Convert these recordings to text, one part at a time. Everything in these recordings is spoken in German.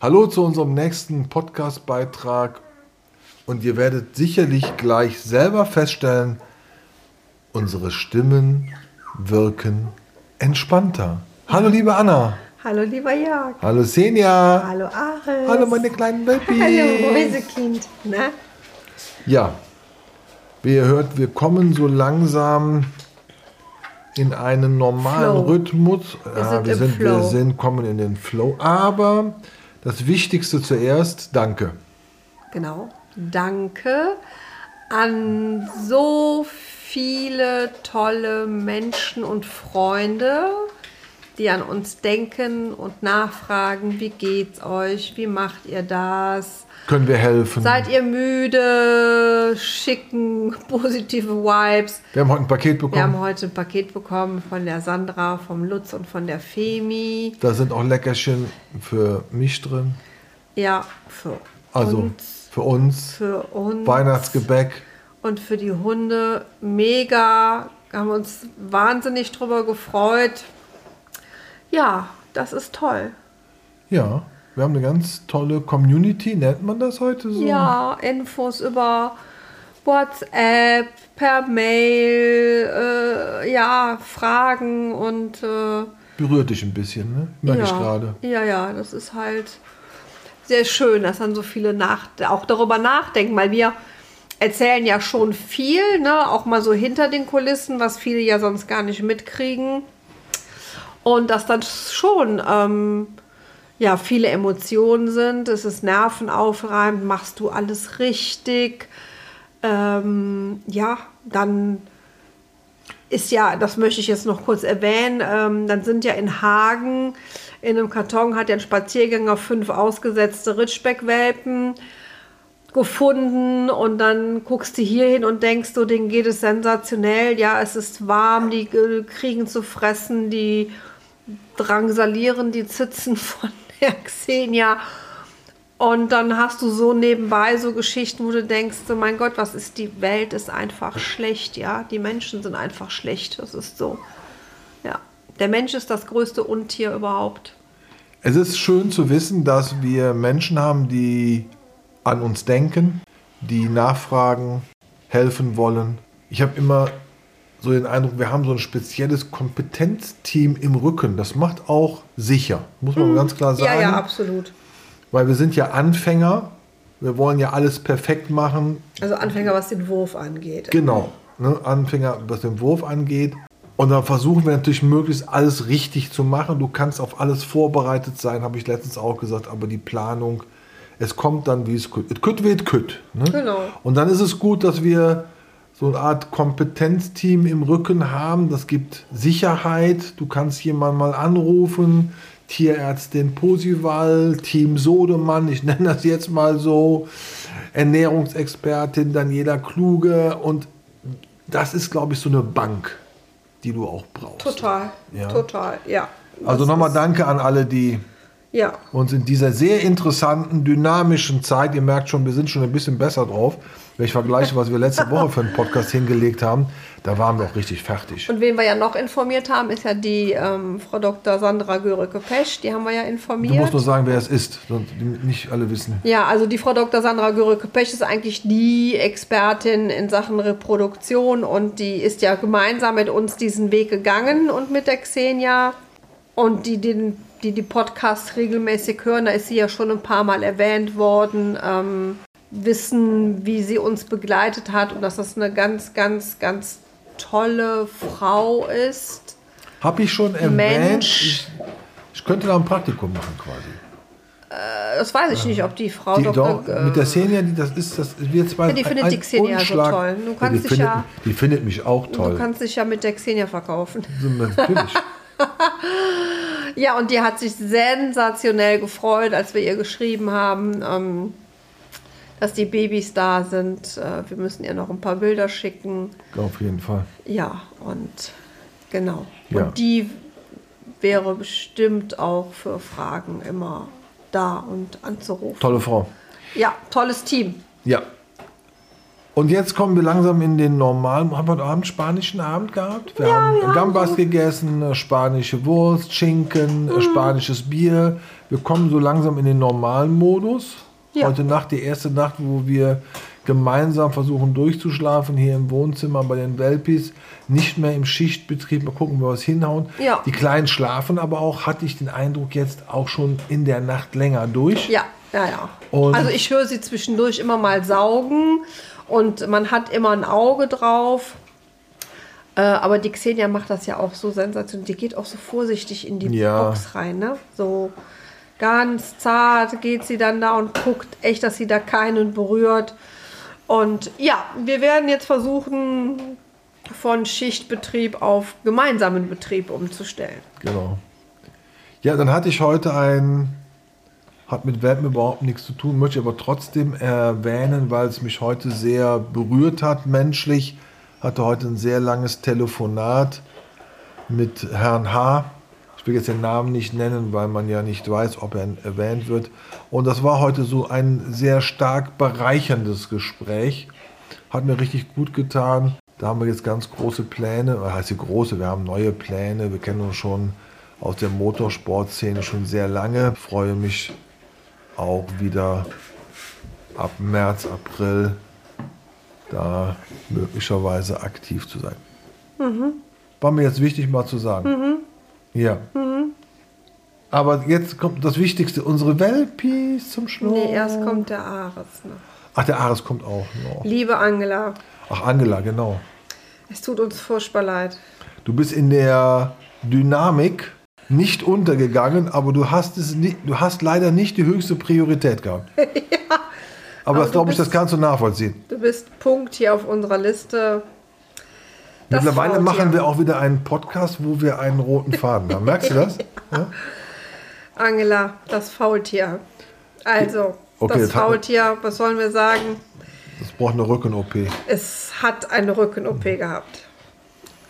Hallo zu unserem nächsten Podcast-Beitrag. Und ihr werdet sicherlich gleich selber feststellen, unsere Stimmen wirken entspannter. Hallo, liebe Anna. Hallo lieber Jörg. Hallo, Senja. Hallo Ares. Hallo, meine kleinen Babys. Hallo Mäusekind. Na? Ja, wie ihr hört, wir kommen so langsam in einen normalen Flow. Rhythmus. Ja, sind wir, im sind, wir Flow. sind, kommen in den Flow. Aber das Wichtigste zuerst, danke. Genau. Danke an so viele tolle Menschen und Freunde, die an uns denken und nachfragen, wie geht's euch, wie macht ihr das? Können wir helfen? Seid ihr müde? Schicken positive Vibes. wir haben heute ein Paket Wir haben bekommen. heute ein Paket bekommen von der Sandra, vom Lutz und von der Femi. Da sind auch Leckerchen für mich drin. Ja, für Also uns, für uns. für uns Weihnachtsgebäck. und für die Hunde. Mega, haben uns wahnsinnig drüber gefreut. Ja, das ist toll. Ja, wir haben eine ganz tolle Community. Nennt man das heute so? Ja, Infos über WhatsApp, per Mail, äh, ja, Fragen und äh, Berührt dich ein bisschen, ne? Merke ja. ich gerade. Ja, ja, das ist halt sehr schön, dass dann so viele nach, auch darüber nachdenken, weil wir erzählen ja schon viel, ne? auch mal so hinter den Kulissen, was viele ja sonst gar nicht mitkriegen. Und dass dann schon ähm, ja, viele Emotionen sind, es ist nervenaufreibend, machst du alles richtig. Ähm, ja, dann ist ja, das möchte ich jetzt noch kurz erwähnen, ähm, dann sind ja in Hagen, in einem Karton hat ja ein Spaziergänger fünf ausgesetzte Ritschbeck-Welpen gefunden und dann guckst du hier hin und denkst du, denen geht es sensationell, ja, es ist warm, die äh, kriegen zu fressen, die drangsalieren die Zitzen von der Xenia. Und dann hast du so nebenbei so Geschichten, wo du denkst, so mein Gott, was ist die Welt ist einfach schlecht, ja? Die Menschen sind einfach schlecht, das ist so. Ja, der Mensch ist das größte Untier überhaupt. Es ist schön zu wissen, dass wir Menschen haben, die an uns denken, die nachfragen, helfen wollen. Ich habe immer so den Eindruck, wir haben so ein spezielles Kompetenzteam im Rücken. Das macht auch sicher, muss man ganz klar sagen. Mhm. Ja, ja, absolut. Weil wir sind ja Anfänger. Wir wollen ja alles perfekt machen, Also Anfänger, was den Wurf angeht. Genau. Ne, Anfänger, was den Wurf angeht. Und dann versuchen wir natürlich möglichst alles richtig zu machen. Du kannst auf alles vorbereitet sein, habe ich letztens auch gesagt. Aber die Planung, es kommt dann, wie es kütt. Es kütt, wie es kütt. Ne? Genau. Und dann ist es gut, dass wir so eine Art Kompetenzteam im Rücken haben. Das gibt Sicherheit. Du kannst jemanden mal anrufen. Tierärztin Posival, Team Sodemann, ich nenne das jetzt mal so. Ernährungsexpertin Daniela Kluge. Und das ist, glaube ich, so eine Bank, die du auch brauchst. Total, Ja. total, ja. Also Das nochmal ist- danke an alle, die Ja, uns in dieser sehr interessanten, dynamischen Zeit, ihr merkt schon, wir sind schon ein bisschen besser drauf, wenn ich vergleiche, was wir letzte Woche für einen Podcast hingelegt haben, da waren wir auch richtig fertig. Und wen wir ja noch informiert haben, ist ja die ähm, Frau Dr. Sandra Göreke-Pesch. Die haben wir ja Du musst informiert. nur sagen, wer es ist, sonst die nicht alle wissen. Ja, also die Frau Dr. Sandra Göreke-Pesch ist eigentlich die Expertin in Sachen Reproduktion und die ist ja gemeinsam mit uns diesen Weg gegangen und mit der Xenia. Und die den, die, die Podcasts regelmäßig hören, da ist sie ja schon ein paar Mal erwähnt worden, ähm, wissen, wie sie uns begleitet hat und dass das eine ganz, ganz, ganz tolle Frau ist. Habe ich schon erwähnt, Mensch. Ich, ich könnte da ein Praktikum machen quasi. Das weiß ich nicht, ob die Frau Die, Dr. doch, mit der Xenia, die, das ist, das, wir zwei. Ja, die findet ein die Xenia so Unschlag- toll. Du kannst die, dich findet, ja- die findet mich auch äh, du toll. kannst dich ja mit der Xenia verkaufen. Natürlich. Ja, und die hat sich sensationell gefreut, als wir ihr geschrieben haben, ähm, dass die Babys da sind. Äh, wir müssen ihr noch ein paar Bilder schicken. Auf jeden Fall. Ja, und genau. Ja. Und die wäre bestimmt auch für Fragen immer da und anzurufen. Tolle Frau. Ja, tolles Team. Ja. Und jetzt kommen wir langsam in den normalen. Haben wir heute Abend spanischen Abend gehabt? Wir Ja, haben wir haben Gambas so- Mhm. gegessen, äh, spanische Wurst, Schinken, äh, spanisches Bier. Wir kommen so langsam in den normalen Modus. Ja. Heute Nacht, die erste Nacht, wo wir gemeinsam versuchen durchzuschlafen, hier im Wohnzimmer bei den Welpis. Nicht mehr im Schichtbetrieb. Mal gucken, wo wir es hinhauen. Ja. Die Kleinen schlafen aber auch, hatte ich den Eindruck, jetzt auch schon in der Nacht länger durch. Ja, ja, ja. Und- also ich höre sie zwischendurch immer mal saugen und man hat immer ein Auge drauf. Äh, aber die Xenia macht das ja auch so sensationell. Die geht auch so vorsichtig in die Ja. Box rein, ne? So ganz zart geht sie dann da und guckt echt, dass sie da keinen berührt. Und ja, wir werden jetzt versuchen, von Schichtbetrieb auf gemeinsamen Betrieb umzustellen. Genau. Ja, dann hatte ich heute ein, hat mit Welpen überhaupt nichts zu tun, möchte ich aber trotzdem erwähnen, weil es mich heute sehr berührt hat, menschlich. Hatte heute ein sehr langes Telefonat mit Herrn H. Ich will jetzt den Namen nicht nennen, weil man ja nicht weiß, ob er erwähnt wird. Und das war heute so ein sehr stark bereicherndes Gespräch. Hat mir richtig gut getan. Da haben wir jetzt ganz große Pläne. Was heißt die große? Wir haben neue Pläne. Wir kennen uns schon aus der Motorsportszene schon sehr lange. Ich freue mich auch wieder ab März, April da möglicherweise aktiv zu sein. Mhm. War mir jetzt wichtig, mal zu sagen. Ja. Mhm. Aber jetzt kommt das Wichtigste, unsere Welpis zum Schluss. Nee, erst kommt der Ares. Ne? Ach, der Ares kommt auch noch. Liebe Angela, Ach, Angela, genau. es tut uns furchtbar leid. Du bist in der Dynamik nicht untergegangen, aber du hast es nie, du hast leider nicht die höchste Priorität gehabt. ja, aber aber das du glaube ich, das bist- kannst du nachvollziehen. Du bist Punkt hier auf unserer Liste. Das Mittlerweile Faultier. machen wir auch wieder einen Podcast, wo wir einen roten Faden haben. Merkst du das? Angela, das Faultier. Also, Okay, das jetzt hat- Faultier, was sollen wir sagen? Das braucht eine Rücken-OP. Es hat eine Rücken-OP gehabt.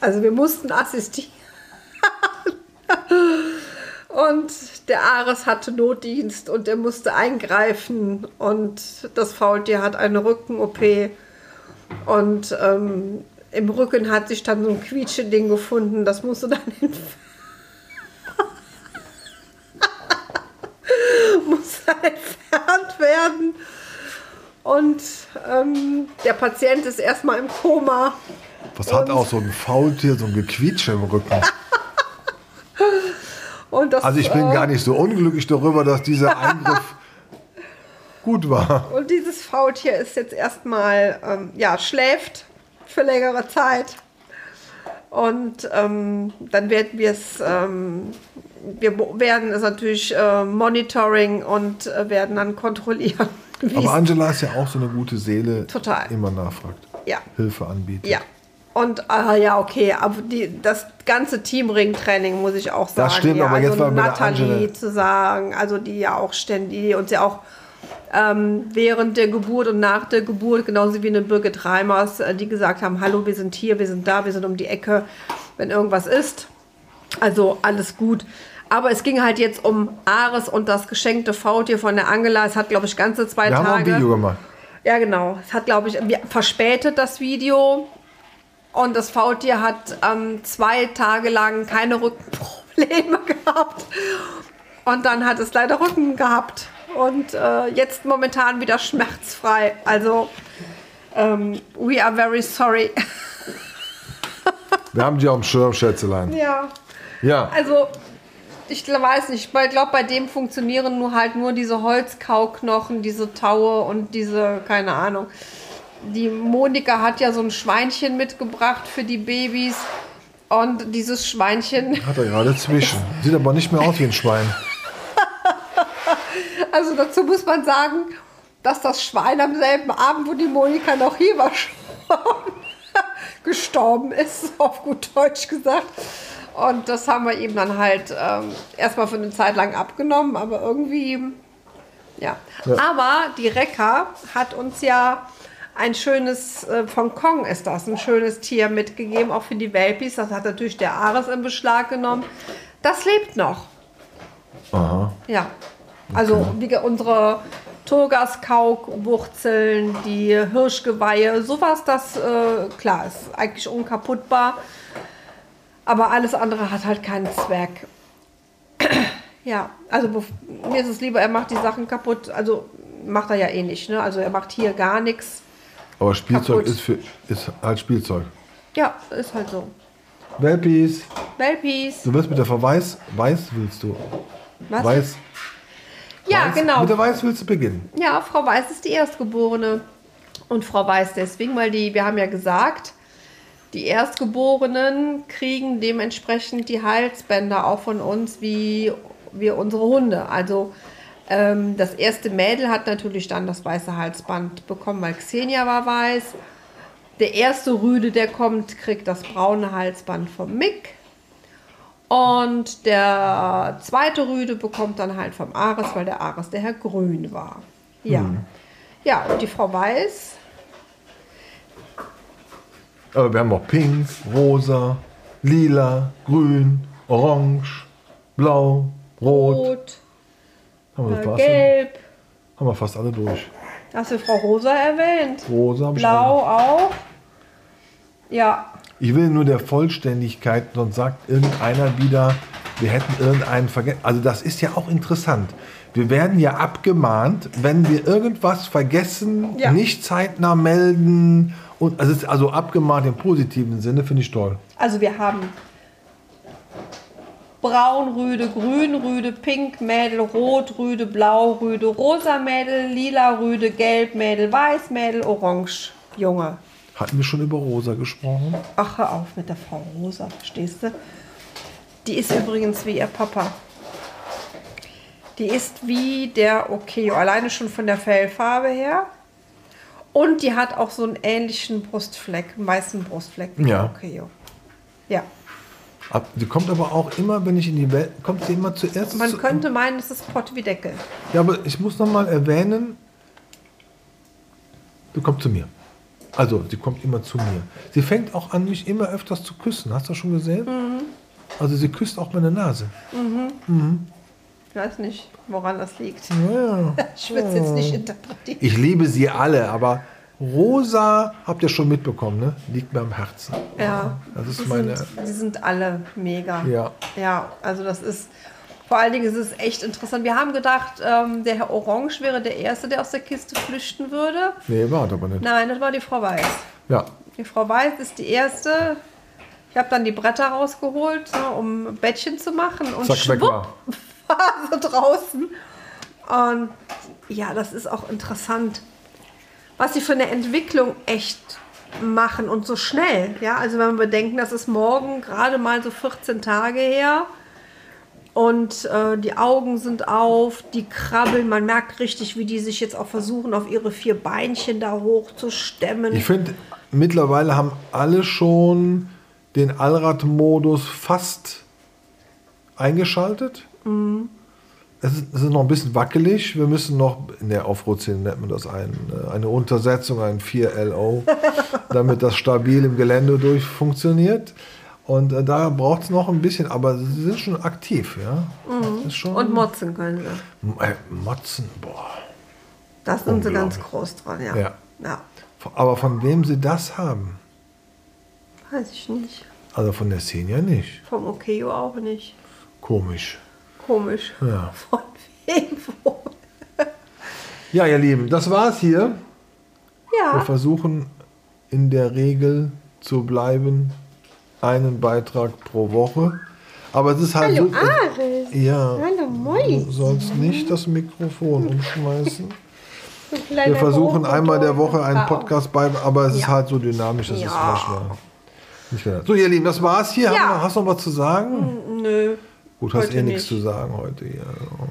Also, wir mussten assistieren. Und der Ares hatte Notdienst und er musste eingreifen. Und das Faultier hat eine Rücken-OP. Und ähm, im Rücken hat sich dann so ein Quietscheding gefunden. Das musste dann in muss entfernt werden. Und ähm, der Patient ist erstmal im Koma. Was hat auch so ein Faultier, so ein Gequietsche im Rücken? Und das, Also ich bin äh, gar nicht so unglücklich darüber, dass dieser Eingriff gut war. Und dieses Faultier ist jetzt erstmal, ähm, ja, schläft für längere Zeit. Und ähm, dann werden wir es, ähm, wir bo- werden es natürlich äh, monitoring und äh, werden dann kontrollieren. wie Aber es- Angela ist ja auch so eine gute Seele, Total. die immer nachfragt, Ja. Hilfe anbietet. Ja. Und ah, ja, okay, aber die, das ganze Teamring-Training muss ich auch sagen. Das stimmt, ja, aber jetzt also mal mit der Angela. Nathalie zu sagen, also die ja auch ständig, die uns ja auch ähm, während der Geburt und nach der Geburt, genauso wie eine Birgit Reimers, äh, die gesagt haben, hallo, wir sind hier, wir sind da, wir sind um die Ecke, wenn irgendwas ist. Also alles gut. Aber es ging halt jetzt um Ares und das geschenkte Faultier von der Angela. Es hat, glaube ich, ganze zwei Wir haben Tage. auch ein Video gemacht. Ja, genau. Es hat, glaube ich, wir- verspätet das Video. Und das Faultier hat ähm, zwei Tage lang keine Rückenprobleme gehabt. Und dann hat es leider Rücken gehabt. Und äh, jetzt momentan wieder schmerzfrei. Also, ähm, we are very sorry. Wir haben die auf dem Schirm, Schätzelein. ja. Ja, Also, ich gl- weiß nicht, ich glaube, bei dem funktionieren nur halt nur diese Holzkauknochen, diese Taue und diese, keine Ahnung. Die Monika hat ja so ein Schweinchen mitgebracht für die Babys. Und dieses Schweinchen, hat er gerade zwischen. Sieht aber nicht mehr aus wie ein Schwein. also dazu muss man sagen, dass das Schwein am selben Abend, wo die Monika noch hier war, schon gestorben ist, auf gut Deutsch gesagt. Und das haben wir ihm dann halt ähm, erstmal für eine Zeit lang abgenommen, aber irgendwie, ja. Ja. Aber die Rekka hat uns ja ein schönes, äh, von Kong ist das, ein schönes Tier mitgegeben, auch für die Welpis. Das hat natürlich der Ares in Beschlag genommen. Das lebt noch. Aha. Ja. Also wie ge- unsere Togastaukwurzeln, die Hirschgeweihe, sowas, das äh, klar ist eigentlich unkaputtbar. Aber alles andere hat halt keinen Zweck. ja, also bef- mir ist es lieber, er macht die Sachen kaputt. Also macht er ja eh nicht, ne? Also er macht hier gar nichts. Aber Spielzeug Kaputt. ist, für, ist halt Spielzeug. Ja, ist halt so. Welpies, Welpies. du wirst mit der Verweis, Weiß willst du. Was? Weiß, ja, Weiß, genau. Mit der Weiß willst du beginnen. Ja, Frau Weiß ist die Erstgeborene. Und Frau Weiß deswegen, weil die, wir haben ja gesagt, die Erstgeborenen kriegen dementsprechend die Halsbänder auch von uns, wie wir unsere Hunde. Also ähm, das erste Mädel hat natürlich dann das weiße Halsband bekommen, weil Xenia war weiß. Der erste Rüde, der kommt, kriegt das braune Halsband vom Mick. Und der zweite Rüde bekommt dann halt vom Ares, weil der Ares der Herr Grün war. Ja. Hm. Ja, und die Frau Weiß, Aber wir haben auch Pink, Rosa, Lila, Grün, Orange, Blau, Rot. Rot, Haben wir, das äh, fast- Gelb. haben wir fast alle durch. Hast du Frau Rosa erwähnt? Rosa, hab ich Blau auch. Ja, Ich will nur der Vollständigkeit, sonst sagt irgendeiner wieder, wir hätten irgendeinen vergessen. Also das ist ja auch interessant. Wir werden ja abgemahnt, wenn wir irgendwas vergessen, Ja. nicht zeitnah melden. Und also es ist also abgemahnt im positiven Sinne, finde ich toll. also wir haben Braunrüde, Grünrüde, Pinkmädel, Rotrüde, Blaurüde, Rosamädel, Lilarüde, Gelbmädel, Weißmädel, Orange. Junge, Hatten wir schon über Rosa gesprochen? Ach, hör auf mit der Frau Rosa, verstehst du? Die ist übrigens wie ihr Papa. Die ist wie der Okeo, alleine schon von der Fellfarbe her. Und die hat auch so einen ähnlichen Brustfleck, einen weißen Brustfleck wie Ja. der Okeo. Ja, Ab- Sie kommt aber auch immer, wenn ich in die Welt, kommt sie immer zuerst. man zu, könnte meinen, es ist Pott wie Deckel. Ja, aber ich muss noch mal erwähnen, du kommst zu mir. Also, sie kommt immer zu mir. Sie fängt auch an, mich immer öfters zu küssen. Hast du das schon gesehen? Mhm. Also, sie küsst auch meine Nase. Ich weiß nicht, woran das liegt. Ja. Ich will es jetzt nicht interpretieren. Ich liebe sie alle, aber Rosa, habt ihr schon mitbekommen, ne? liegt mir am Herzen. Ja, Das ist die meine- Sind, die sind alle mega. Ja. Ja, also das ist. Vor allen Dingen ist es echt interessant. Wir haben gedacht, ähm, der Herr Orange wäre der Erste, der aus der Kiste flüchten würde. Nee, warte aber nicht. Nein, das war die Frau Weiß. Ja, Die Frau Weiß ist die Erste. Ich habe dann die Bretter rausgeholt, ne, um Bettchen zu machen. Und zack, weg schwupp war. war sie draußen. Und ja, das ist auch interessant, was sie für eine Entwicklung echt machen und so schnell. Ja, also wenn wir bedenken, das ist morgen gerade mal so 14 Tage her und äh, die Augen sind auf, die krabbeln. Man merkt richtig, wie die sich jetzt auch versuchen, auf ihre vier Beinchen da hoch zu stemmen. Ich finde, mittlerweile haben alle schon den Allrad-Modus fast eingeschaltet. Es, ist, es ist noch ein bisschen wackelig. Wir müssen noch, in der Offroad-Szene nennt man das ein, äh, eine Untersetzung, ein 4LO, damit das stabil im Gelände durch funktioniert. Und äh, da braucht es noch ein bisschen, aber sie sind schon aktiv, ja. Das Ist schon, und motzen können sie. M- äh, Motzen, boah. Das sind sie ganz Unglaublich. groß dran, ja. Ja. ja. Aber von wem sie das haben? Weiß ich nicht. Also von der Szene ja nicht. Vom Okeo auch nicht. Komisch. Komisch. Ja. Von wem wohl? Ja, ihr Lieben, das war's hier. Wir Ja, versuchen in der Regel zu bleiben, einen Beitrag pro Woche. Aber es ist halt hallo so. Ares. ja, Hallo du Moi. sollst nicht das Mikrofon umschmeißen. Du Wir kleiner versuchen Roboter. einmal der Woche Ah. einen Podcast bei, aber es ist Ja. halt so dynamisch, das ist Ja. manchmal nicht klar. So, ihr Lieben, das war's hier. Ja. Haben wir- Hast du noch was zu sagen? Nö. Gut, hast Heute eh nichts nicht. zu sagen heute. Ja.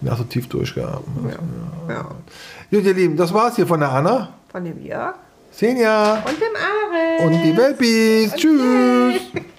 Ja, so tief durchgeatmet. Ja. Gut, ihr Lieben, das war's hier von der Anna. Von dem Jörg Senja und dem Ares. und die Welpis. Tschüss.